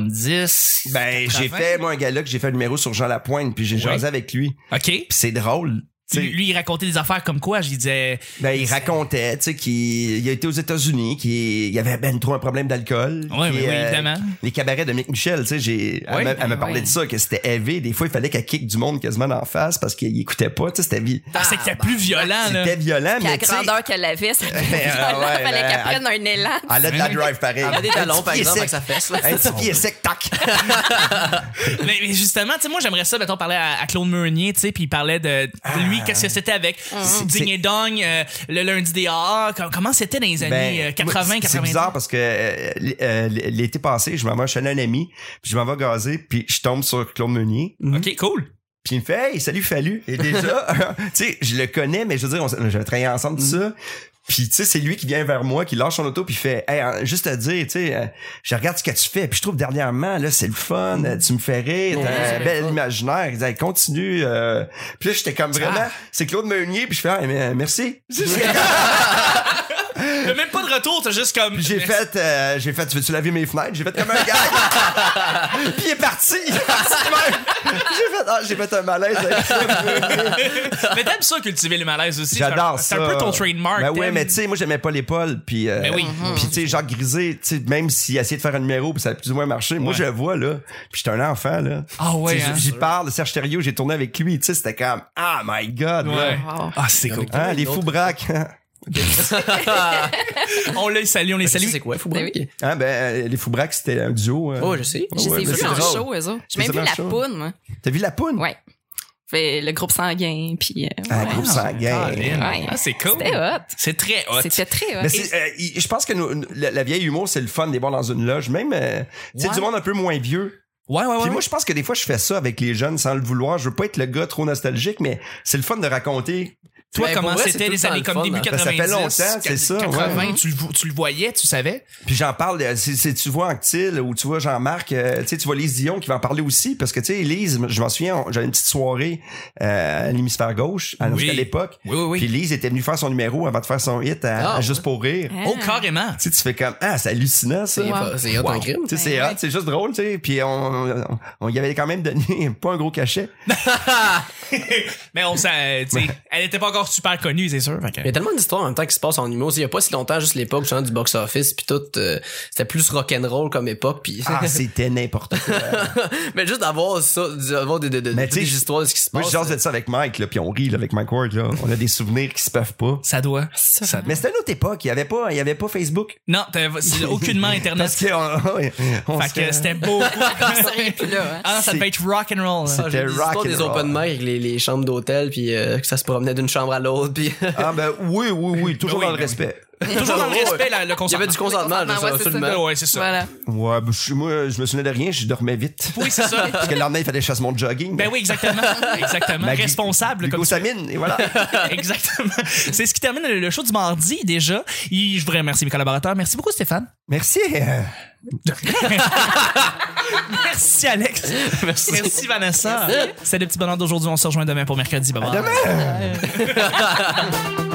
Speaker 1: 70.
Speaker 2: Ben, j'ai
Speaker 1: 80.
Speaker 2: fait, moi, un gala que j'ai fait le numéro sur Jean Lapointe, puis j'ai
Speaker 1: Ouais.
Speaker 2: jasé avec lui.
Speaker 1: OK.
Speaker 2: Puis c'est drôle. tu sais.
Speaker 1: Lui, lui, il racontait des affaires comme quoi, je lui disais,
Speaker 2: Ben, il racontait, tu sais, qu'il il a été aux États-Unis, qu'il il avait ben trop un problème d'alcool.
Speaker 1: Ouais,
Speaker 2: puis,
Speaker 1: oui,
Speaker 2: euh,
Speaker 1: oui, évidemment.
Speaker 2: Les cabarets de Mick Michel, tu sais, j'ai, elle
Speaker 1: Ouais.
Speaker 2: m'a- elle me parlait de ça, que c'était élevé. Des fois, il fallait qu'elle kick du monde quasiment en face parce qu'il écoutait pas, tu sais, c'était, vi-
Speaker 1: Ah, c'est que c'était plus violent, là.
Speaker 2: c'était violent,
Speaker 4: Puis
Speaker 2: mais
Speaker 4: la
Speaker 2: tu sais,
Speaker 4: grandeur qu'elle avait, ça
Speaker 2: ah ouais,
Speaker 4: fallait
Speaker 2: ben,
Speaker 4: qu'elle prenne un élan.
Speaker 2: elle a de la drive pareil.
Speaker 3: Elle a des talons,
Speaker 2: Un petit
Speaker 3: par
Speaker 2: pied
Speaker 3: exemple,
Speaker 2: sec.
Speaker 3: avec sa fesse, là.
Speaker 2: Un petit pied sec, tac.
Speaker 1: mais, mais justement, tu sais, moi, j'aimerais ça, mettons, parler à, à Claude Meunier, tu sais, puis il parlait de de
Speaker 2: Ah.
Speaker 1: lui, qu'est-ce que c'était avec
Speaker 3: Ah.
Speaker 1: Ding et Dong, euh, le lundi des AA, com- comment c'était dans les années
Speaker 2: Ben,
Speaker 1: euh, 80,
Speaker 2: moi, c'est- C'est bizarre
Speaker 1: 90?
Speaker 2: parce que euh, l- euh, l'été passé, je m'en vais chez un ami, puis je m'en vais gazer, puis je tombe sur Claude Meunier.
Speaker 1: OK, cool.
Speaker 2: Puis il me fait Hey, salut Fallu. Et déjà, tu sais, je le connais, mais je veux dire, on, s- j'avais travaillé ensemble, tout ça. Puis tu sais, c'est lui qui vient vers moi, qui lâche son auto, puis il fait Hey, hein, juste à dire, tu sais, euh, je regarde ce que tu fais. Puis je trouve dernièrement, là, c'est le fun, euh, tu me fais rire, t'as un bel imaginaire. Il dit Hey, continue. euh. Puis là, j'étais comme vraiment, c'est Claude Meunier, puis je fais Ah, mais, euh, merci.
Speaker 1: Il y a même pas de retour, t'as juste comme.
Speaker 2: Puis j'ai fait, euh, j'ai fait, veux-tu laver mes fenêtres? J'ai fait comme un gars. puis il est parti, il est parti même. j'ai fait, ah, j'ai fait un malaise avec ça.
Speaker 1: mais t'aimes ça, cultiver les malaises aussi.
Speaker 2: J'adore
Speaker 1: C'est
Speaker 2: ça.
Speaker 1: un- C'est un peu ton trademark.
Speaker 2: Ben oui,
Speaker 1: t'aimes.
Speaker 2: mais tu sais, moi j'aimais pas l'épaule, puis euh,
Speaker 1: Ben oui.
Speaker 2: puis tu sais Jacques Grisé, tu sais même s'il essayait de faire un numéro, puis ça a plus ou moins marché. Moi
Speaker 1: Ouais.
Speaker 2: je le vois là, puis j'étais un enfant là.
Speaker 1: Ah ouais,
Speaker 2: Tu sais,
Speaker 1: hein.
Speaker 2: J'y parle, Serge Thériault, j'ai tourné avec lui, tu sais c'était comme ah my god. là.
Speaker 1: Ouais.
Speaker 4: Wow.
Speaker 1: Ah, c'est cool.
Speaker 2: Hein, les fous braques. hein.
Speaker 1: On les salue, on les
Speaker 3: Salut.
Speaker 1: salue.
Speaker 3: C'est Bah, quoi, faut braquer?
Speaker 2: Hein, ben euh, les fous braques c'était un duo. euh.
Speaker 3: Oh, je sais.
Speaker 4: Je
Speaker 2: Ouais,
Speaker 4: les ai
Speaker 2: mais
Speaker 4: vus
Speaker 2: c'est
Speaker 4: en
Speaker 2: drôle.
Speaker 4: show, eux autres. J'ai
Speaker 2: Les
Speaker 4: même vu
Speaker 2: avais en
Speaker 4: la
Speaker 2: show.
Speaker 4: poune, moi.
Speaker 2: T'as vu la poune?
Speaker 4: Ouais. Fait le groupe sanguin, puis... euh,
Speaker 2: Ah,
Speaker 4: ouais.
Speaker 2: groupe sanguin.
Speaker 1: Colin.
Speaker 4: Ouais.
Speaker 1: Ah, c'est cool.
Speaker 4: C'était hot.
Speaker 1: C'est très hot.
Speaker 4: C'était très hot.
Speaker 2: Mais c'est, euh, il- je pense que nous- la, la vieille humour, c'est le fun des voir dans une loge. Même, euh, tu sais,
Speaker 1: Ouais.
Speaker 2: du monde un peu moins vieux.
Speaker 1: Ouais, ouais, ouais.
Speaker 2: Puis moi, je pense que des fois, je fais ça avec les jeunes sans le vouloir. Je veux pas être le gars trop nostalgique, mais c'est le fun de raconter.
Speaker 1: Toi,
Speaker 3: Ben, pour
Speaker 1: comment
Speaker 3: vrai, c'est
Speaker 1: c'était
Speaker 3: tout le
Speaker 1: les
Speaker 3: temps
Speaker 1: années
Speaker 3: le
Speaker 1: comme
Speaker 3: fun,
Speaker 1: début
Speaker 3: hein.
Speaker 2: Ben,
Speaker 1: 90?
Speaker 2: ça fait longtemps, c'est ça,
Speaker 1: 80,
Speaker 2: ouais.
Speaker 1: tu, le, vo- tu le voyais, tu savais.
Speaker 2: Puis j'en parle, euh, si, si tu vois Anctil ou tu vois Jean-Marc, euh, tu sais, tu vois Lise Dion qui va en parler aussi, parce que tu sais, Lise, je m'en souviens, on- j'avais une petite soirée euh, à l'hémisphère gauche, à,
Speaker 1: Oui.
Speaker 2: à l'époque.
Speaker 1: Oui, oui, oui.
Speaker 2: Puis Lise était venue faire son numéro avant de faire son hit à,
Speaker 3: Ah,
Speaker 2: à Juste pour rire.
Speaker 4: Hein?
Speaker 1: Oh, carrément.
Speaker 2: Tu sais, tu fais comme, ah, c'est hallucinant ça.
Speaker 3: C'est pas- C'est hot en crime.
Speaker 2: Tu sais, c'est hot, c'est juste drôle, tu sais. Puis on, on, on y avait quand même donné pas un gros cachet.
Speaker 1: Mais on s'en- tu sais, elle était pas encore super connue, c'est sûr. fait que-
Speaker 3: Il y a tellement d'histoires en même temps qui se passent en humour. Il y a pas si longtemps, juste l'époque justement, du box-office, puis tout, euh, c'était plus rock'n'roll comme époque. Puis...
Speaker 2: Ah, c'était n'importe quoi.
Speaker 3: mais juste d'avoir ça, d'avoir des, des, des,
Speaker 2: Mais tu sais,
Speaker 3: des histoires de ce qui se
Speaker 2: Moi,
Speaker 3: passe. euh,
Speaker 2: j'ai hâte de ça avec Mike, là, puis on rit, là, avec Mike Ward, là. On a des souvenirs qui se peuvent pas.
Speaker 1: Ça doit. Ça-
Speaker 2: Mais c'était une autre époque. Il y avait pas, il y avait pas Facebook.
Speaker 1: Non, t'as- c'est aucunement Internet.
Speaker 2: Parce que, on, on
Speaker 1: Fait
Speaker 2: se-
Speaker 1: que c'était beau.
Speaker 4: Puis là, hein.
Speaker 1: Ah, ça
Speaker 2: C'est-
Speaker 1: devait être rock and roll. hein.
Speaker 3: Ah, j'ai
Speaker 2: C'était
Speaker 3: des histoires
Speaker 2: rock and
Speaker 3: des
Speaker 2: roll.
Speaker 3: open mic, les, les chambres d'hôtel, puis euh, que ça se promenait d'une chambre à l'autre, puis
Speaker 2: Ah, ben oui, oui, oui, toujours
Speaker 1: Oui,
Speaker 2: dans le
Speaker 1: ben oui.
Speaker 2: respect.
Speaker 1: Toujours dans le
Speaker 3: Ouais.
Speaker 1: respect, la- le
Speaker 3: Il y
Speaker 1: consentement.
Speaker 3: avait du consentement, là,
Speaker 4: Consentement,
Speaker 3: ça,
Speaker 4: ouais, c'est
Speaker 3: absolument.
Speaker 4: ça.
Speaker 1: Ouais, c'est ça.
Speaker 4: Voilà.
Speaker 2: Ouais, ben, je- moi, je me souvenais de rien, je dormais vite.
Speaker 1: Oui, c'est ça.
Speaker 2: Parce que le lendemain, il fallait que je fasse mon jogging.
Speaker 1: Ben oui, exactement. Exactement.
Speaker 2: Ma glu-
Speaker 1: Responsable, comme
Speaker 2: Glucosamine, et voilà.
Speaker 1: Exactement. C'est ce qui termine le show du mardi déjà. Et je voudrais remercier mes collaborateurs. Merci beaucoup, Stéphane.
Speaker 2: Merci. euh,
Speaker 1: Merci, Alex. Merci, Vanessa. C'est le petit bonheur d'aujourd'hui. On se rejoint demain pour mercredi. Bye bye.
Speaker 2: Demain.